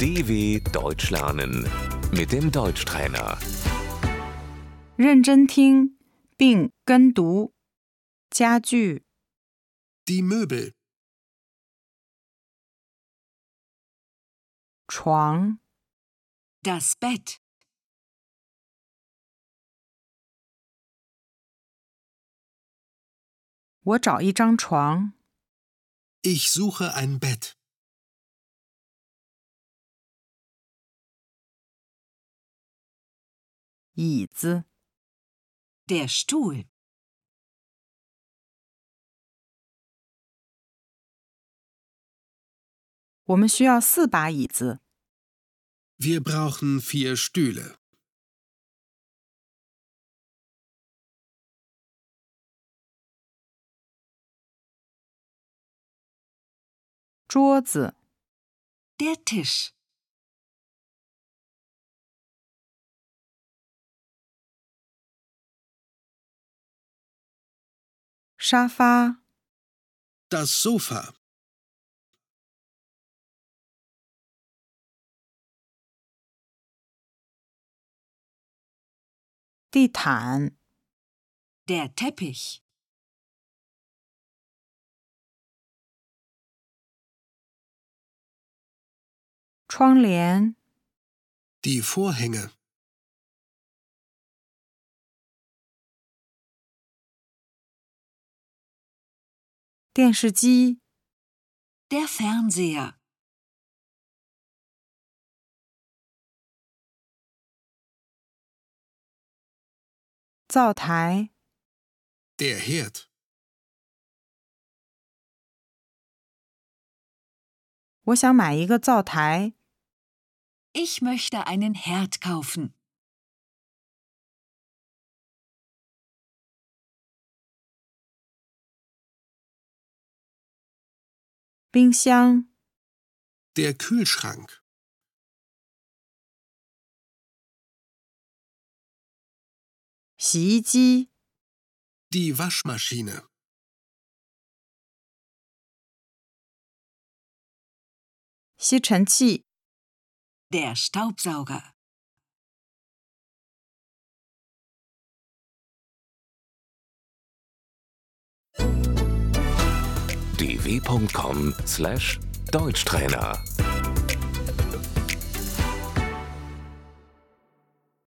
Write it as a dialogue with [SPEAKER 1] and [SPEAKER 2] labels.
[SPEAKER 1] DW Deutsch lernen mit dem Deutschtrainer.
[SPEAKER 2] 认真听并跟读。家具、
[SPEAKER 3] Die Möbel,
[SPEAKER 2] 床、
[SPEAKER 4] Das Bett,
[SPEAKER 2] «我找一张床、
[SPEAKER 3] ich suche ein Bett,
[SPEAKER 2] 椅子、
[SPEAKER 4] der Stuhl,
[SPEAKER 2] 我们需要四把椅子、
[SPEAKER 3] wir brauchen vier Stühle,
[SPEAKER 2] 桌子、
[SPEAKER 4] der Tisch,
[SPEAKER 2] 沙发、
[SPEAKER 3] das Sofa,
[SPEAKER 2] 地毯、
[SPEAKER 4] der Teppich,
[SPEAKER 2] 窗帘、
[SPEAKER 3] die Vorhänge,
[SPEAKER 2] 电视机、
[SPEAKER 4] der Fernseher,
[SPEAKER 2] 灶台、
[SPEAKER 3] der Herd,
[SPEAKER 2] 我想买一个灶台、
[SPEAKER 4] ich möchte einen Herd kaufen,
[SPEAKER 2] 冰箱、
[SPEAKER 3] der Kühlschrank,
[SPEAKER 2] 洗衣机、
[SPEAKER 3] die Waschmaschine,
[SPEAKER 2] 吸尘器、
[SPEAKER 4] der Staubsauger,
[SPEAKER 1] dw.com/deutschtrainer